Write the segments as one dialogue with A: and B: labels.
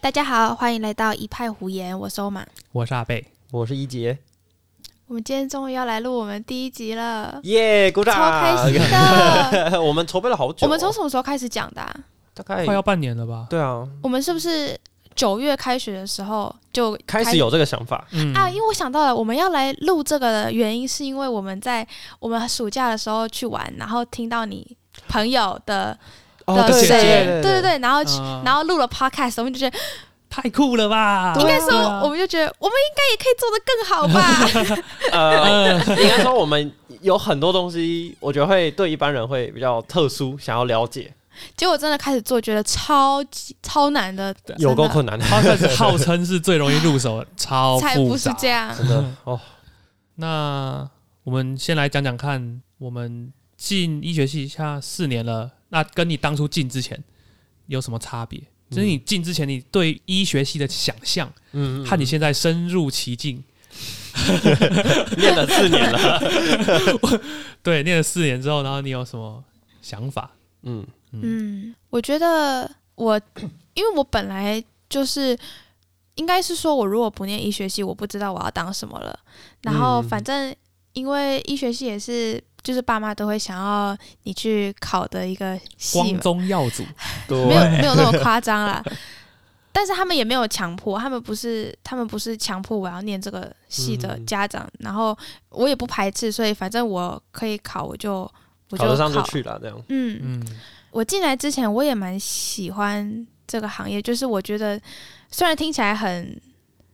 A: 大家好，欢迎来到一派胡言，我收马。
B: 我是阿贝，
C: 我是一杰，
A: 我们今天终于要来录我们第一集了，
C: 耶、鼓掌！
A: 超开心 的。
C: 我们筹备了好久哦，
A: 我们从什么时候开始讲的啊、
C: 大概
B: 快要半年了吧？
C: 对啊，
A: 我们是不是九月开学的时候就
C: 开始有这个想法，
B: 嗯
A: 啊？因为我想到了，我们要来录这个的原因，是因为我们在我们暑假的时候去玩，然后听到你朋友的
C: 哦
A: 的
B: 哦对
A: 声音，对
B: 对
A: 对对，然后去。
B: 啊
A: 然后录了 podcast，我们就觉得，
B: 太酷了吧？
A: 应该说
B: 对啊，
A: 我们就觉得，我们应该也可以做得更好吧？
C: 呃，应该说我们有很多东西，我觉得会对一般人会比较特殊，想要了解，
A: 结果真的开始做，觉得超级超难的，
C: 有
A: 真
C: 够
A: 的
C: 困难的，
B: 他开始号称是最容易入手的，超
A: 才
B: 复
A: 不是
B: 杂。
A: 这样。
C: 真的哦，
B: 那我们先来讲讲看，我们进医学系下四年了，那跟你当初进之前有什么差别？
A: 嗯
B: 就是你进之前，你对医学系的想象，
C: 嗯，
B: 和你现在深入其境，
C: 练了四年了，
B: 对，念了四年之后，然后你有什么想法？
C: 嗯，
A: 嗯，我觉得我，因为我本来就是，应该是说，我如果不念医学系，我不知道我要当什么了。然后
C: 嗯
A: 反正因为医学系也是，就是爸妈都会想要你去考的一个系
B: 光
A: 嘛，
B: 宗耀祖，
C: 对，
A: 没有没有那么夸张啦。但是他们也没有强迫，他们不是他们不是强迫我要念这个系的
C: 嗯
A: 家长，然后我也不排斥，所以反正我可以考，我就我
C: 考得
A: 就
C: 上就去了，这样，
A: 嗯
B: 嗯，
A: 我进来之前，我也蛮喜欢这个行业，就是我觉得虽然听起来很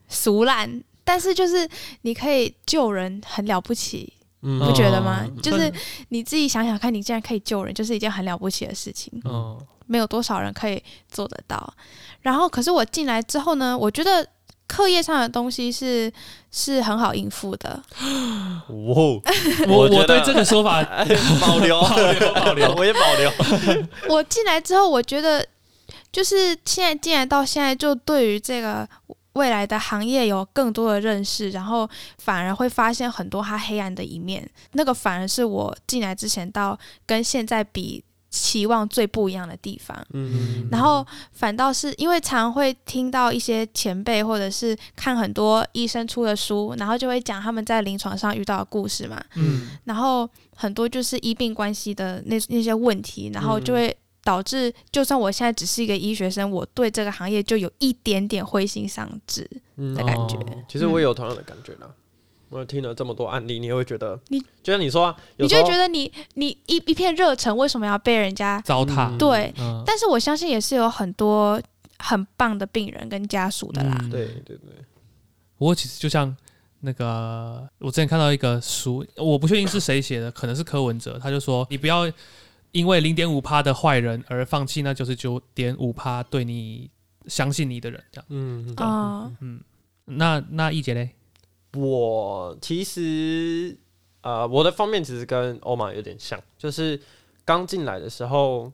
A: 俗烂，但是就是你可以救人，很了不起，
C: 嗯
A: 不觉得吗？
C: 嗯
A: 就是你自己想想看，你竟然可以救人，就是一件很了不起的事情，
B: 嗯，
A: 没有多少人可以做得到。然后，可是我进来之后呢，我觉得课业上的东西是是很好应付的，
C: 哇哦，
B: 我
C: 觉
B: 我对
C: 得
B: 这个说法
C: 哎保留保留保留， 我也保留，
A: 我进来之后，我觉得就是现在进来到现在，就对于这个未来的行业有更多的认识，然后反而会发现很多它黑暗的一面。那个反而是我进来之前到跟现在比期望最不一样的地方。
C: 嗯，
A: 然后反倒是因为常会听到一些前辈或者是看很多医生出的书，然后就会讲他们在临床上遇到的故事嘛，
B: 嗯
A: 然后很多就是医病关系的那那些问题，然
B: 嗯
A: 后就会导致，就算我现在只是一个医学生，我对这个行业就有一点点灰心丧志。
C: 嗯
A: 的感觉
B: 哦
C: 其实我也有同样的感觉啦。我听了这么多案例，你也会觉得，
A: 嗯你
C: 就像你说、啊，有
A: 你
C: 时
A: 就
C: 候
A: 会觉得你你一一片热忱，为什么要被人家？
B: 糟蹋，
C: 嗯
A: 对，
B: 嗯，
A: 但是我相信也是有很多很棒的病人跟家属的啦。
B: 嗯
C: 对对对，
B: 不过其实就像那个，我之前看到一个书，我不确定是谁写的，可能是柯文哲，他就说你不要因为零点五趴的坏人而放弃那九十九点五趴对你相信你的人，这样。
C: 嗯，
A: 哦，
B: 那那易杰嘞，
C: 我其实呃，我的方面其实跟欧玛有点像，就是刚进来的时候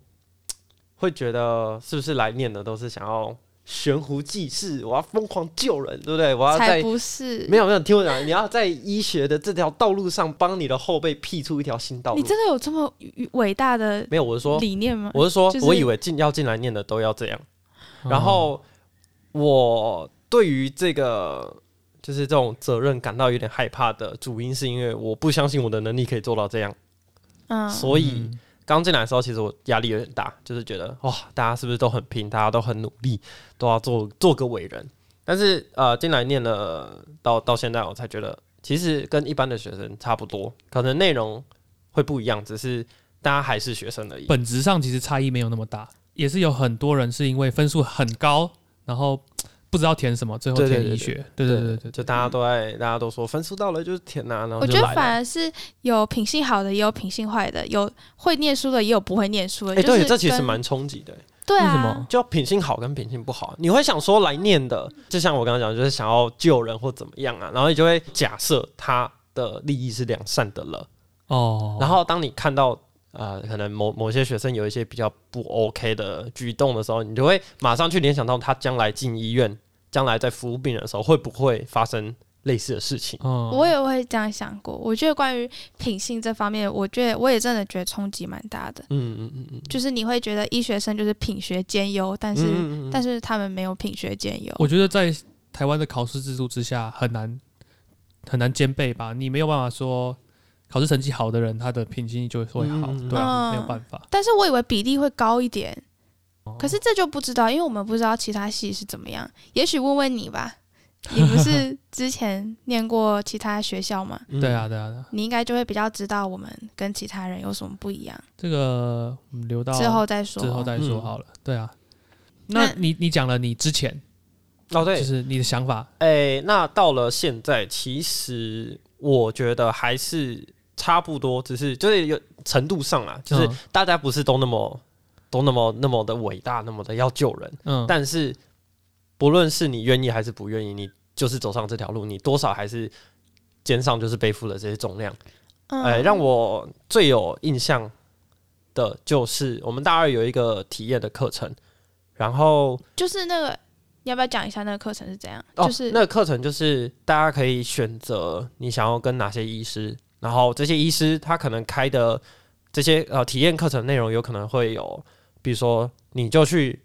C: 会觉得是不是来念的都是想要悬壶济世，我要疯狂救人，对不对？我要
A: 才
C: 啊在
A: 不是，
C: 没有没有听我讲，你要在医学的这条道路上帮你的后辈辟出一条新道
A: 你
C: 路。
A: 真的有这么伟大的
C: 没有，我是说，
A: 理念吗？
C: 我是说，
A: 就是
C: 我以为进要进来念的都要这样。
A: 哦
C: 然后我对于这个就是这种责任感到有点害怕的主因，是因为我不相信我的能力可以做到这样，
A: 嗯，
C: 所以刚进来的时候，其实我压力有点大，就是觉得哇，大家是不是都很拼，大家都很努力，都要做做个伟人。但是呃，进来念了到到现在，我才觉得其实跟一般的学生差不多，可能内容会不一样，只是大家还是学生而已。
B: 本质上其实差异没有那么大，也是有很多人是因为分数很高，然后嘖不知道填什么，最后
C: 对对
B: 填
C: 对
B: 医
C: 对
B: 学，对对对对
C: 就
B: 对，
C: 大家都在，大家都说分数到了就是填啊呐、然后
A: 我
C: 就
A: 觉得
C: 来了
A: 反而是有品性好的，也有品性坏的，有会念书的，也有不会念书的。
C: 哎、
A: 就是
C: 对，这其实
A: 跟
C: 蛮冲击的，
A: 对
B: 为什
A: 啊
B: 么，
C: 就品性好跟品性不好，啊你会想说来念的，就像我刚刚讲，就是想要救人或怎么样啊，然后你就会假设他的利益是良善的了，
B: 哦，
C: 然后当你看到。呃，可能某某些学生有一些比较不 OK 的举动的时候，你就会马上去联想到他将来进医院，将来在服务病人的时候会不会发生类似的事情。
B: 嗯，
A: 我也会这样想过。我觉得关于品性这方面，我觉得我也真的觉得冲击蛮大的。
C: 嗯嗯嗯嗯，
A: 就是你会觉得医学生就是品学兼优，但是、
C: 嗯嗯嗯
A: 但是他们没有品学兼优。
B: 我觉得在台湾的考试制度之下，很难很难兼备吧。你没有办法说考试成绩好的人，他的平均就会好，
C: 嗯
B: 对
A: 嗯
B: 啊，没有办法。
A: 但是我以为比例会高一点，
B: 哦
A: 可是这就不知道，因为我们不知道其他系是怎么样。也许问问你吧，你不是之前念过其他学校 吗？
C: 嗯
B: 对啊，，对啊，对啊，
A: 你应该就会比较知道我们跟其他人有什么不一样。
B: 这个我们留到
A: 之后再说。
B: 哦之后再说
C: 嗯
B: 好了。对啊，
A: 那
B: 那你你讲了你之前
C: 哦对
B: 就，是你的想法，
C: 哎、那到了现在，其实我觉得还是差不多，只是就是有程度上啦，就是
B: 嗯
C: 大家不是都那么都那么那么的伟大，那么的要救人，
B: 嗯，
C: 但是不论是你愿意还是不愿意，你就是走上这条路，你多少还是肩上就是背负了这些重量。
A: 嗯，
C: 哎、让我最有印象的就是我们大二有一个体验的课程，然后
A: 就是那个，你要不要讲一下那个课程是怎样？
C: 哦，
A: 就是
C: 那个课程就是大家可以选择你想要跟哪些医师，然后这些医师他可能开的这些呃体验课程内容有可能会有，比如说你就去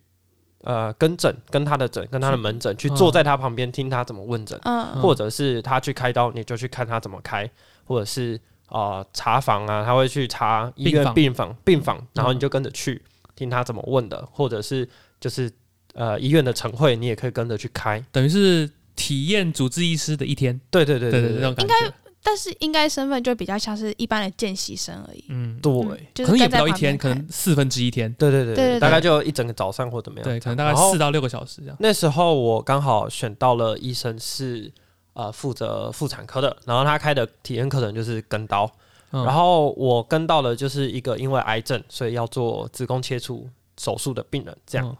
C: 呃跟诊，跟他的诊，跟他的门诊去坐在他旁边听他怎么问诊，
A: 嗯
C: 或者是他去开刀，你就去看他怎么开，或者是呃查房啊，他会去查医
B: 病
C: 院
B: 房
C: 病房病
A: 嗯
C: 房，然后你就跟着去、听他怎么问的，或者是就是呃医院的晨会，你也可以跟着去开。
B: 等于是体验主治医师的一天，
C: 对对对
B: 对对
C: 对
B: 对，那种感
A: 应
B: 觉
A: 该，但是应该身份就比较像是一般的见习生而已。
B: 嗯，
C: 对
A: 嗯就
B: 可
A: 是
B: 能也
A: 跟
B: 不
A: 在
B: 到一
A: 旁边
B: 天，可
A: 看
B: 能四分之一天，
C: 对对对
A: 对对
C: 大概就一整个早上或怎么样。
B: 对，可能大概
C: 然后
B: 四到六个小时这样。
C: 那时候我刚好选到了医生是呃负责妇产科的，然后他开的体验课程就是跟刀，
B: 嗯
C: 然后我跟到了就是一个因为癌症所以要做子宫切除手术的病人，这样、
B: 嗯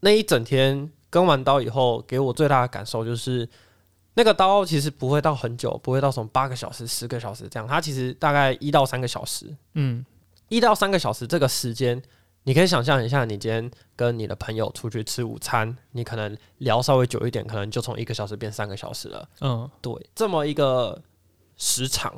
C: 那一整天跟完刀以后，给我最大的感受就是。那个刀其实不会到很久，不会到什么八个小时、十个小时这样，它其实大概一到三个小时
B: 嗯，
C: 一到三个小时这个时间，你可以想象一下，你今天跟你的朋友出去吃午餐，你可能聊稍微久一点，可能就从一个小时变三个小时了。
B: 嗯，
C: 对，这么一个时长，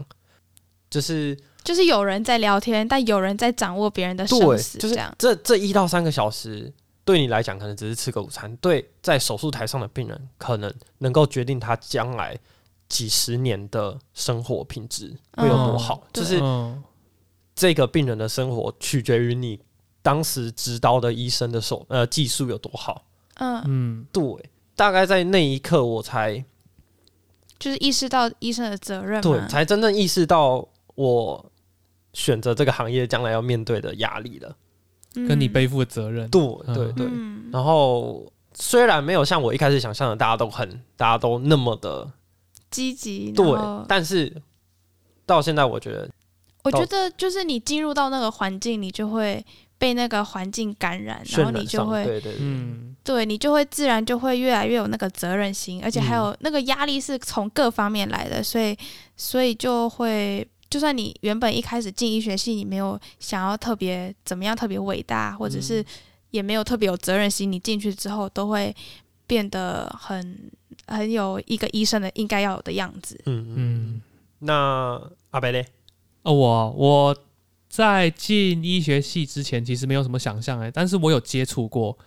C: 就是
A: 就是有人在聊天，但有人在掌握别人的生
C: 对，
A: 死，
C: 就
A: 这
C: 是
A: 样。
C: 这这一到三个小时，对你来讲可能只是吃个午餐，对在手术台上的病人，可能能够决定他将来几十年的生活品质会有多好，
A: 对
C: 就是
B: 嗯
C: 这个病人的生活取决于你当时执刀的医生的手呃技术有多好。
A: 嗯，
B: 嗯，
C: 对，大概在那一刻我才
A: 就是意识到医生的责任
C: 对
A: 嘛。
C: 才真正意识到我选择这个行业将来要面对的压力了。
A: 嗯
B: 跟你背负的责任，
C: 对
B: 嗯
C: 对对，
A: 嗯
C: 然后虽然没有像我一开始想象的大家都很大家都那么的
A: 积极。
C: 对
A: 然后，
C: 但是到现在我觉得
A: 我觉得就是你进入到那个环境，你就会被那个环境感染，然后
C: 渲
A: 你
C: 染
A: 就
C: 上，
A: 会
C: 对对对，
B: 嗯，
A: 对你就会自然就会越来越有那个责任心，而且还
C: 嗯
A: 有那个压力是从各方面来的，所以所以就会，就算你原本一开始进医学系，你没有想要特别怎么样特别伟大，或者
C: 嗯
A: 是也没有特别有责任心，你进去之后都会变得很很有一个医生的应该要有的样子。
C: 嗯嗯
B: 嗯。
C: 那阿贝嘞，
B: 哦，我我在进医学系之前，其实没有什么想象哎、但是我有接触过，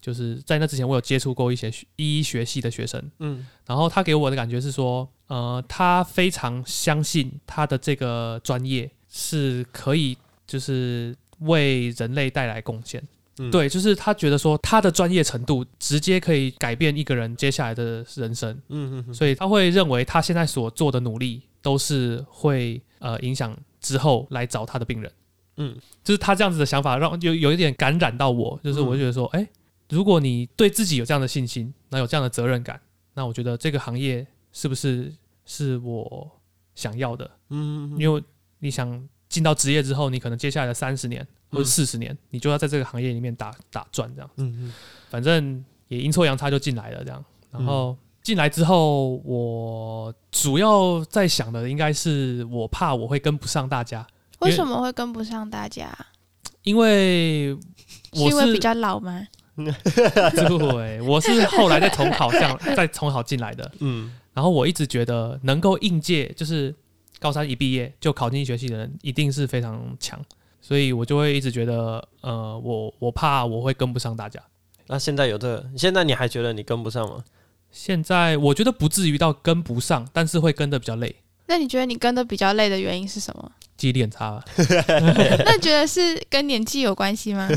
B: 就是在那之前，我有接触过一些学医学系的学生，
C: 嗯
B: 然后他给我的感觉是说，呃，他非常相信他的这个专业是可以，就是为人类带来贡献。
C: 嗯
B: 对，就是他觉得说他的专业程度直接可以改变一个人接下来的人生，
C: 嗯嗯嗯
B: 所以他会认为他现在所做的努力都是会呃影响之后来找他的病人。
C: 嗯，
B: 就是他这样子的想法让有有一点感染到我，就是我就觉得说，哎、如果你对自己有这样的信心，那有这样的责任感，那我觉得这个行业是不是是我想要的？
C: 嗯嗯
B: 因为你想进到职业之后，你可能接下来的三十年或者四十年，你就要在这个行业里面打打转这样。
C: 嗯
B: 反正也阴错阳差就进来了这样。然
C: 嗯
B: 后进来之后，我主要在想的应该是我怕我会跟不上大家，因为
A: 为什么会跟不上大家？
B: 因为
A: 是
B: 我
A: 因为
B: 是
A: 比较老吗？
B: 对，我是后来再重考上再重考进来的。
C: 嗯
B: 然后我一直觉得能够应届，就是高三一毕业就考进医学系的人，一定是非常强，所以我就会一直觉得，呃，我我怕我会跟不上大家。
C: 那现在有这个，现在你还觉得你跟不上吗？
B: 现在我觉得不至于到跟不上，但是会跟的比较累，
A: 那你觉得你跟的比较累的原因是什 么？
B: 记忆力很差吧。
A: 那觉得是跟年纪有关系 吗？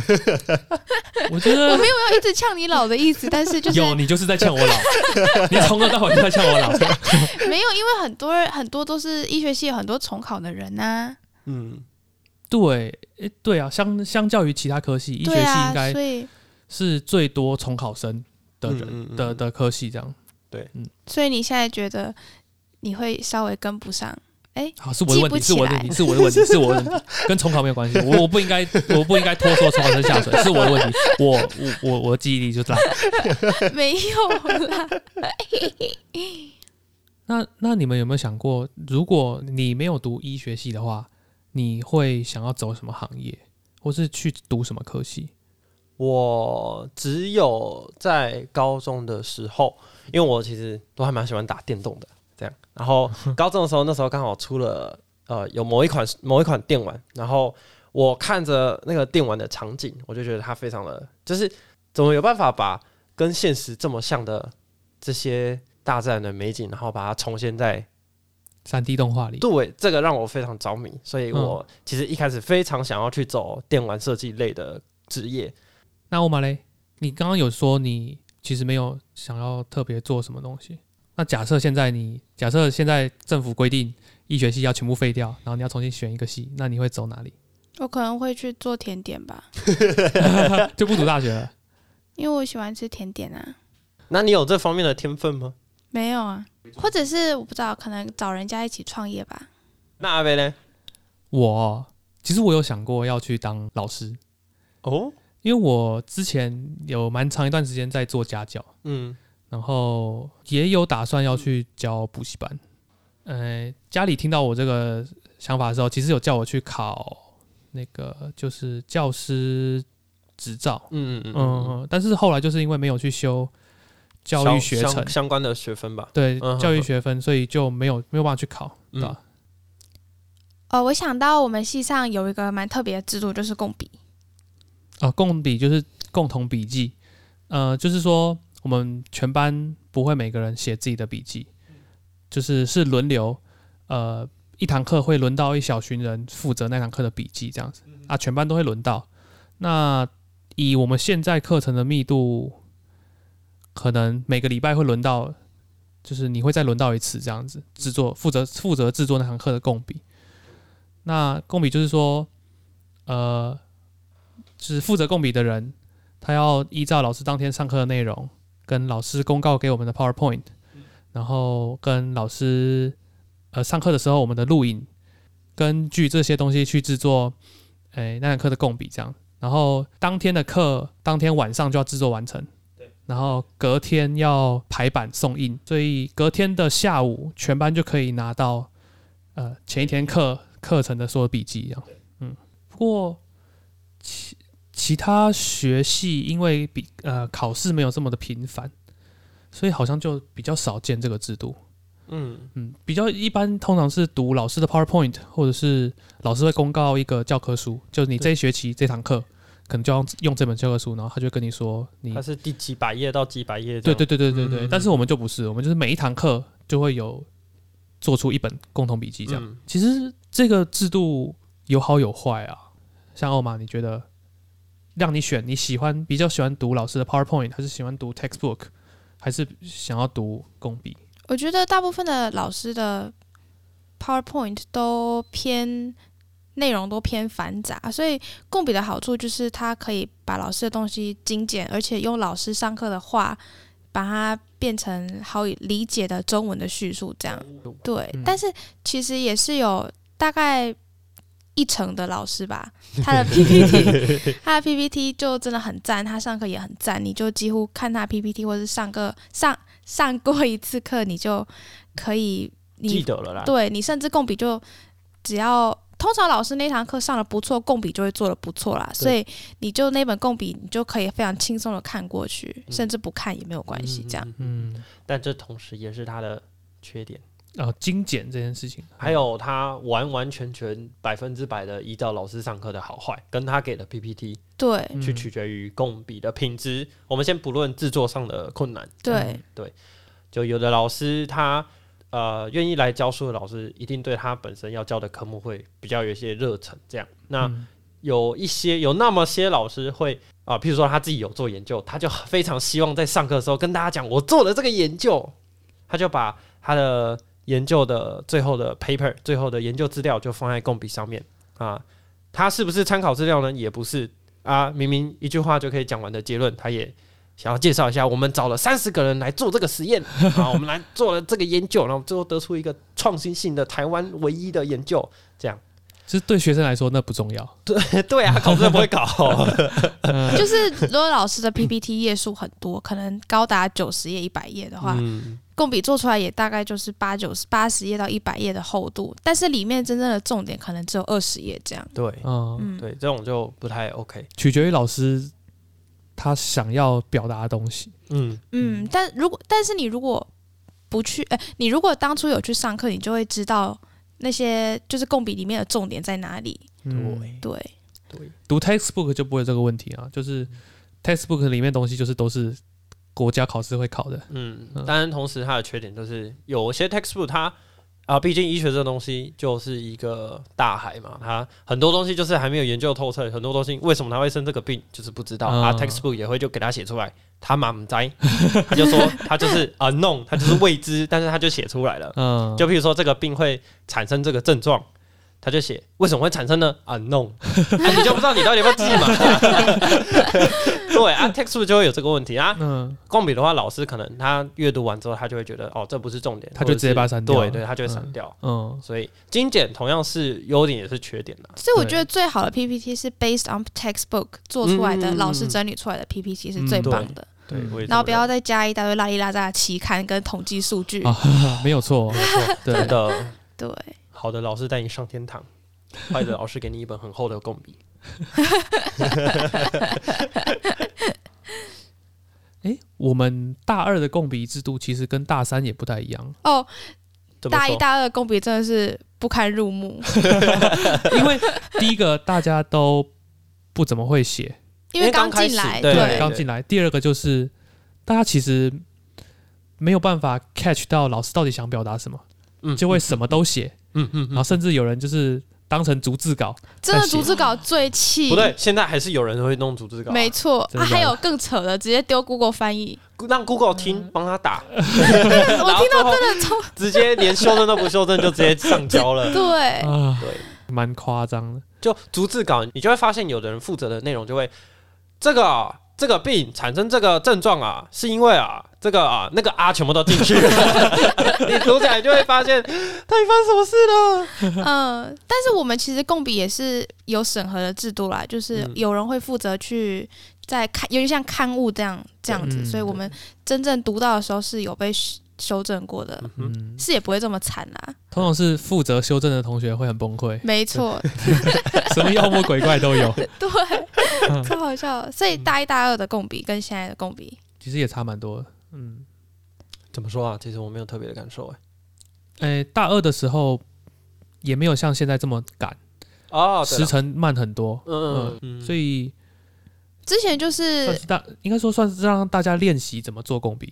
B: 我 觉
A: 我
B: 得
A: 没有要一直呛你老的意思，但是就是
B: 有，你就是在呛 我老，你从头到尾就在呛我老。
A: 没有，因为很多人很多都是医学系有很多重考的人啊呐、
C: 嗯，
B: 对，诶对啊，相相较于其他科系，医学
A: 对
B: 系
A: 啊
B: 应，该
A: 所以
B: 是最多重考生的人、
C: 嗯嗯嗯
B: 的的科系，这样
A: 所以你现在觉得你会稍微跟不 上，
B: 好是我的问题，
A: 记
B: 是
A: 不
B: 我的
A: 起
B: 问题，是我的问题，是我 的问题，跟重考没有关系。我我不应该，我不应该拖说重考生下水，是我的问题。我我我我的记忆力就烂。
A: 没有啦。
B: 那那你们有没有想过，如果你没有读医学系的话，你会想要走什么行业，或是去读什么科系？
C: 我只有在高中的时候，因为我其实都还蛮喜欢打电动的，这样。然后高中的时候，那时候刚好出了呃有某一款某一款电玩，然后我看着那个电玩的场景，我就觉得它非常的，就是怎么有办法把跟现实这么像的这些大自然的美景，然后把它重现在
B: 三 D 动画里，
C: 对，这个让我非常着迷，所以我其实一开始非常想要去走电玩设计类的职业。
B: 那欧马嘞，你刚刚有说你其实没有想要特别做什么东西。那假设现在你假设现在政府规定医学系要全部废掉，然后你要重新选一个系，那你会走哪里？
A: 我可能会去做甜点吧，
B: 就不读大学了？
A: 因为我喜欢吃甜点啊。
C: 那你有这方面的天分吗？
A: 没有啊，或者是我不知道，可能找人家一起创业吧。
C: 那阿威呢？
B: 我哦其实我有想过要去当老师，
C: 哦，
B: 因为我之前有蛮长一段时间在做家教，
C: 嗯，
B: 然后也有打算要去教补习班。呃，家里听到我这个想法的时候，其实有叫我去考那个就是教师执照，
C: 嗯嗯嗯嗯，
B: 嗯，但是后来就是因为没有去修教育学
C: 相
B: 程
C: 相，相关的学分吧。
B: 对、
C: 嗯
B: 教育学分，所以就没有没有办法去考，对吧？
A: 哦，我想到我们系上有一个蛮特别的制度，就是共笔。
B: 啊，共笔就是共同笔记，呃，就是说我们全班不会每个人写自己的笔记，就是是轮流，呃，一堂课会轮到一小群人负责那堂课的笔记这样子，啊，全班都会轮到。那以我们现在课程的密度，可能每个礼拜会轮到，就是你会再轮到一次这样子制作负责负责制作那堂课的共笔。那共笔就是说，呃，就是负责共笔的人，他要依照老师当天上课的内容，跟老师公告给我们的 PowerPoint，然后跟老师呃上课的时候我们的录影，根据这些东西去制作，诶、那堂课的共笔这样。然后当天的课，当天晚上就要制作完成。然后隔天要排版送印，所以隔天的下午，全班就可以拿到呃前一天课课程的所有笔记一样。嗯，不过其他学系因为比呃考试没有这么的频繁，所以好像就比较少见这个制度。
C: 嗯，
B: 嗯，比较一般，通常是读老师的 PowerPoint，或者是老师会公告一个教科书，就是你这一学期这堂课可能就要用这本教科书，然后他就跟你说你
C: 它是第几百页到几百页这
B: 对
C: 样。
B: 对对对对对。
C: 嗯
B: 但是我们就不是，我们就是每一堂课就会有做出一本共同笔记这样。
C: 嗯
B: 其实这个制度有好有坏啊。像欧玛，你觉得让你选，你喜欢比较喜欢读老师的 PowerPoint，还是喜欢读 textbook，还是想要读工笔？
A: 我觉得大部分的老师的 PowerPoint 都偏内容都偏繁杂，所以共笔的好处就是它可以把老师的东西精简，而且用老师上课的话把它变成好以理解的中文的叙述，这样对。
B: 嗯
A: 但是其实也是有大概一成的老师吧，他的 PPT，他的 PPT 就真的很赞，他上课也很赞，你就几乎看他 PPT 或是上课上上过一次课，你就可以
C: 记
A: 你
C: 得了啦。
A: 对你甚至共笔就只要通常老师那堂课上的不错，共笔就会做的不错啦，所以你就那本共笔你就可以非常轻松的看过去，甚至不看也没有关系，这样。
C: 嗯嗯，嗯嗯
B: 嗯，
C: 但这同时也是它的缺点，
B: 呃精简这件事情，
C: 还有他完完全全百分之百的依照老师上课的好坏，跟他给的 PPT
A: 对
B: 嗯
C: 去取决于共笔的品质。我们先不论制作上的困难，
A: 对，
C: 就有的老师他呃愿意来教书的老师，一定对他本身要教的科目会比较有一些热忱。这样，那
B: 嗯
C: 有一些有那么些老师会啊、譬如说他自己有做研究，他就非常希望在上课的时候跟大家讲我做了这个研究，他就把他的研究的最后的 paper 最后的研究资料就放在共笔上面啊，他是不是参考资料呢？也不是啊，明明一句话就可以讲完的结论，他也。想要介绍一下，我们找了三十个人来做这个实验 啊，我们来做了这个研究，然后最后得出一个创新性的台湾唯一的研究。
B: 其实对学生来说那不重要，
C: 对 啊，考试不会搞，嗯
A: 就是如果老师的 PPT 页数很多，可能高达九十页、一百页的话，
C: 嗯，
A: 共笔做出来也大概就是八九十八十页到一百页的厚度，但是里面真正的重点可能只有二十页这样。
C: 对
B: 嗯，
A: 嗯，
C: 对，这种就不太 OK。
B: 取决于老师他想要表达的东西，
C: 嗯，
A: 嗯，但如果但是你如果不去，哎、你如果当初有去上课，你就会知道那些就是共笔里面的重点在哪里。
B: 嗯，
C: 对
A: 对，
C: 对，
B: 读 textbook 就不会有这个问题啊，就是
C: 嗯
B: textbook 里面东西就是都是国家考试会考的，
C: 嗯
B: 嗯，
C: 当然，同时它的缺点就是有些 textbook 它啊，毕竟医学这个东西就是一个大海嘛，它很多东西就是还没有研究透彻，很多东西为什么它会生这个病就是不知道
B: 嗯
C: 啊，textbook 也会就给它写出来，他满栽，他就说他就是啊 no，他就是未知，但是他就写出来了。
B: 嗯，
C: 就譬如说这个病会产生这个症状，他就写为什么会产生呢？unknown，、啊、 你就不知道你到底要不要记嘛。 对啊，textbook 就会有这个问题啊。
B: 嗯，
C: 共笔的话，老师可能他阅读完之后，他就会觉得哦，这不是重点，
B: 他就直接把它删掉
C: 或者是对对，他就会删掉。
B: 嗯
C: 所以精简同样是优点也是缺点啦。
A: 所以我觉得最好的 PPT 是 based on textbook 做出来的，
C: 嗯
A: 老师整理出来的 PPT 是最棒的。
C: 对，我也这么
A: 嗯然后不要
C: 认
A: 再加一大堆拉里拉杂的期刊跟统计数据。
B: 啊， 没有错，
C: 为真
B: 对，
C: 的
A: 对，
C: 好的老师带你上天堂，坏的老师给你一本很厚的共笔。
B: 诶，我们大二的共笔制度其实跟大三也不太一样，
A: 哦，
C: 怎么
A: 大
C: 说
A: 一大二的共笔真的是不堪入目，
B: 因为第一个大家都不怎么会写，
A: 因为
C: 因为
A: 刚
C: 刚开
A: 进
C: 始
A: 来，
C: 对
B: 对，刚进来。第二个就是大家其实没有办法 catch 到老师到底想表达什么，
C: 嗯
B: 就会什么都写，
C: 嗯嗯
B: 然
C: 嗯
B: 后，甚至有人就是当成逐字稿，
A: 真的
B: 在写
A: 逐字稿最气。
C: 不对，现在还是有人会弄组织稿啊，
A: 没错
B: 真
A: 啊，
B: 的
A: 还有更扯的，直接丢 Google 翻译，
C: 让 Google 听，帮他打。
A: 嗯 我听到真的超
C: 直接连修正都不修正就直接上交了。
A: 对，
B: 啊，
C: 哎对，
B: 蛮夸张的。
C: 就逐字稿，你就会发现有的人负责的内容就会这个啊、这个病产生这个症状啊，是因为啊这个啊那个啊全部都进 去了。你读起来就会发现到底发生什么事了。
A: 嗯，但是我们其实共笔也是有审核的制度啦，就是
C: 嗯
A: 有人会负责去在看，有点像刊物这样这样子，
B: 嗯
A: 所以我们真正读到的时候是有被修修正过的，
C: 嗯
B: 嗯，
A: 是也不会这么惨啦。，
B: 通常是负责修正的同学会很崩溃
A: 没错，
B: 什么妖魔鬼怪都有，
A: 对， 超好笑的。所以大一大二的共笔跟现在的共笔，
B: 其实也差蛮多的。嗯，
C: 怎么说啊？其实我没有特别的感受哎、
B: 诶，大二的时候也没有像现在这么赶，
C: 哦，对
B: 时
C: 了
B: 程慢很多，
C: 嗯嗯嗯，
B: 所
C: 以
B: 以
A: 之前就
B: 算
A: 是
B: 是大，应该说算是让大家练习怎么做共笔。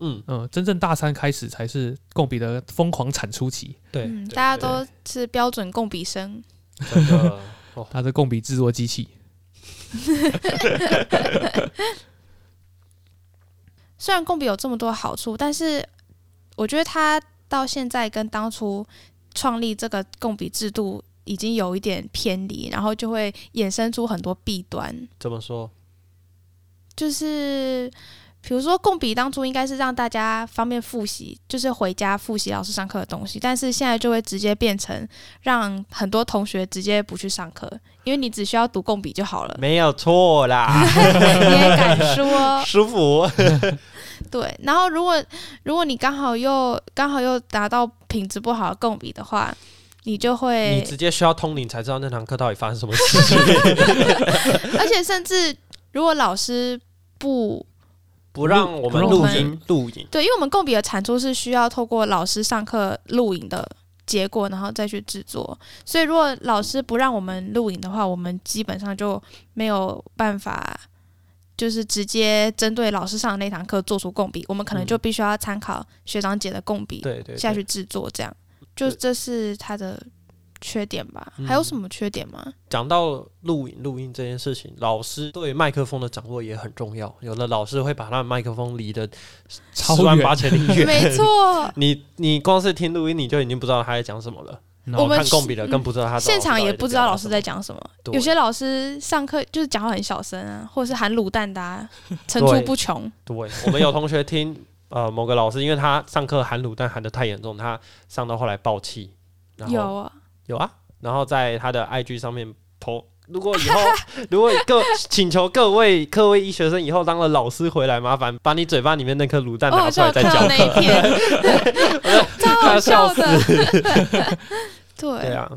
C: 嗯
B: 嗯，真正大三开始才是共笔的疯狂产出期，
C: 对，
A: 嗯，
C: 对
A: 大家都是标准共笔生，
C: 对真的哦，
B: 它的共笔制作机器。
A: 虽然共笔有这么多好处，但是我觉得它到现在跟当初创立这个共笔制度已经有一点偏离，然后就会衍生出很多弊端，
C: 怎么说？
A: 就是。比如说，共笔当初应该是让大家方便复习，就是回家复习老师上课的东西，但是现在就会直接变成让很多同学直接不去上课，因为你只需要读共笔就好 了。
C: 没有 错啦，
A: 你也敢说？
C: 舒服。
A: 对，然后如果如果你刚好又刚好又达到品质不好的共笔的话，你就
C: 你
A: 会，
C: 直接需要通灵才知道那堂课到底发生什么事情。
A: 而且甚至如果老师不
C: 不让我们
A: 不让我
C: 录
A: 们
C: 音录影，
A: 对，因为我们共笔的产出是需要透过老师上课录影的结果，然后再去制作。所以如果老师不让我们录影的话，我们基本上就没有办法，就是直接针对老师上的那堂课做出共笔，我们可能就必须要参考学长姐的共笔
C: 对对，
A: 下去
C: 对
A: 制作，这样就
C: 对
A: 这是它的缺点吧？
C: 嗯
A: 还有什么缺点吗？
C: 讲到录影录音这件事情，老师对麦克风的掌握也很重要。有的老师会把他的麦克风离得
B: 超
C: 十万
B: 远
C: 八千里远，
A: 没。错，
C: 你你光是听录音，你就已经不知道他在讲什么了。然后
A: 我们
C: 看共笔的，
A: 是
C: 更不知道他
A: 现场也不知道老师在
C: 讲
A: 讲什么，
C: 对
A: 有些老师上课就是讲话很小声啊，或者是喊卤蛋的、啊，层出不穷。
C: 什么。对，我们有同学听呃某个老师，因为他上课喊卤蛋喊得太严重，他上到后来爆气。然后
A: 有啊，
C: 有啊，然后在他的 IG 上面投。如果以后 如果各请求各位各位医学生以后当了老师回来，麻烦把你嘴巴里面那颗卤蛋
A: 哦，
C: 拿
A: 我
C: 出
A: 就
C: 来
A: 有
C: 再
A: 看
C: 教
A: 到那一
C: 课。
A: 篇， 超好笑的。
C: 对
A: 对，
C: 啊，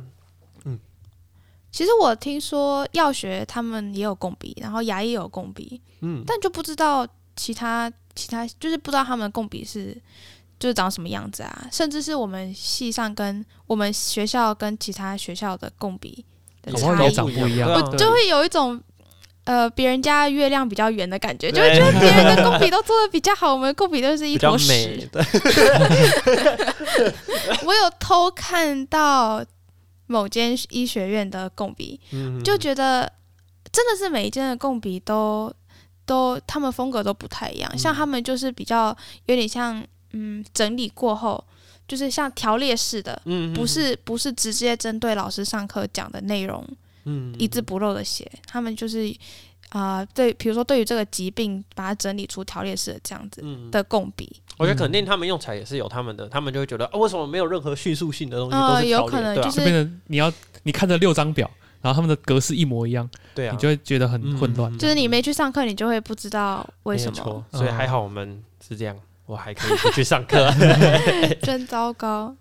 A: 其实我听说药学他们也有共笔，然后牙医也有共笔，
C: 嗯，
A: 但就不知道其他其他就是不知道他们的共笔是就是长什么样子啊，甚至是我们系上跟我们学校跟其他学校的共笔的
B: 搞不好
A: 差
B: 也
A: 异
B: 长。不一样
C: 对啊
A: 我就会有一种呃，别人家月亮比较圆的感觉，就会觉 得别人的贡比都做的比较好，我们贡比都是一
C: 比较
A: 坨
C: 美
A: 屎。
C: 对
A: 我有偷看到某间医学院的贡比，
C: 嗯
A: 就觉得真的是每一间的贡比都都他们风格都不太一
C: 嗯
A: 样，像他们就是比较有点像嗯整理过后，就是像条列式的。
C: 嗯
A: 不是不是直接针对老师上课讲的内容，
C: 嗯嗯
A: 一字不漏的写，他们就是啊、呃对，比如说对于这个疾病，把它整理出条列式的这样子
C: 嗯，
A: 的嗯共笔，
C: 我觉得肯定他们用起来也是有他们的，他们就会觉得啊，为什么没有任何叙述性的东西
A: 哦
C: 都是条
A: 有
C: 列
A: 可能
C: 对啊
A: 就是
B: 就变成你要你看着六张表，然后他们的格式一模一样，
C: 对啊，嗯
B: 你就会觉得很混乱。
A: 就是你没去上课，你就会不知道为什
C: 没有
A: 么，
C: 错所
B: 哦
C: 以还好我们是这样，我还可以不去上 课。
A: 真糟糕。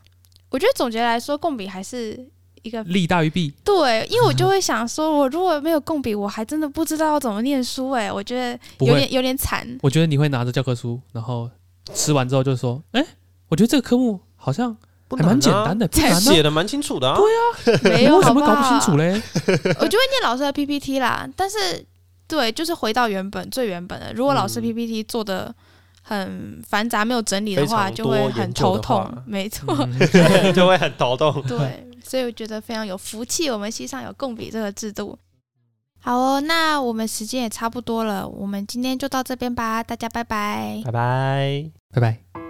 A: 我觉得总结来说，共笔还是一个
B: 利大于弊，
A: 对，因为我
C: 嗯
A: 就会想说，我如果没有共笔，我还真的不知道要怎么念书哎、我觉得
B: 不
A: 有
B: 会。
A: 点有点 惨。
B: 我觉得你会拿着教科书，然后吃完之后就说：“哎、我觉得这个科目好像
C: 不
B: 还
C: 难啊
B: 蛮简单的，不难
C: 写
B: 啊，
C: 的蛮清楚的啊。
A: 没
B: 你
A: 有，
B: 为什
A: 好
B: 么
A: 不
B: 搞不清
A: 好？
B: 楚嘞
A: 我就会念老师的 PPT 啦，但是对，就是回到原本最原本的。如果老师
C: 嗯
A: PPT 做的很繁杂，没有整理的
C: 非
A: 话，
C: 常
A: 就
C: 多
A: 会很
C: 研究
A: 头
C: 的话嗯
A: 痛。没错，
C: 就会很头痛。
A: 对，所以我觉得非常有福气，我们西上有共笔这个制度。好哦，那我们时间也差不多了，我们今天就到这边吧，大家拜拜。
C: 拜拜。？”
B: 拜拜。
A: 拜拜。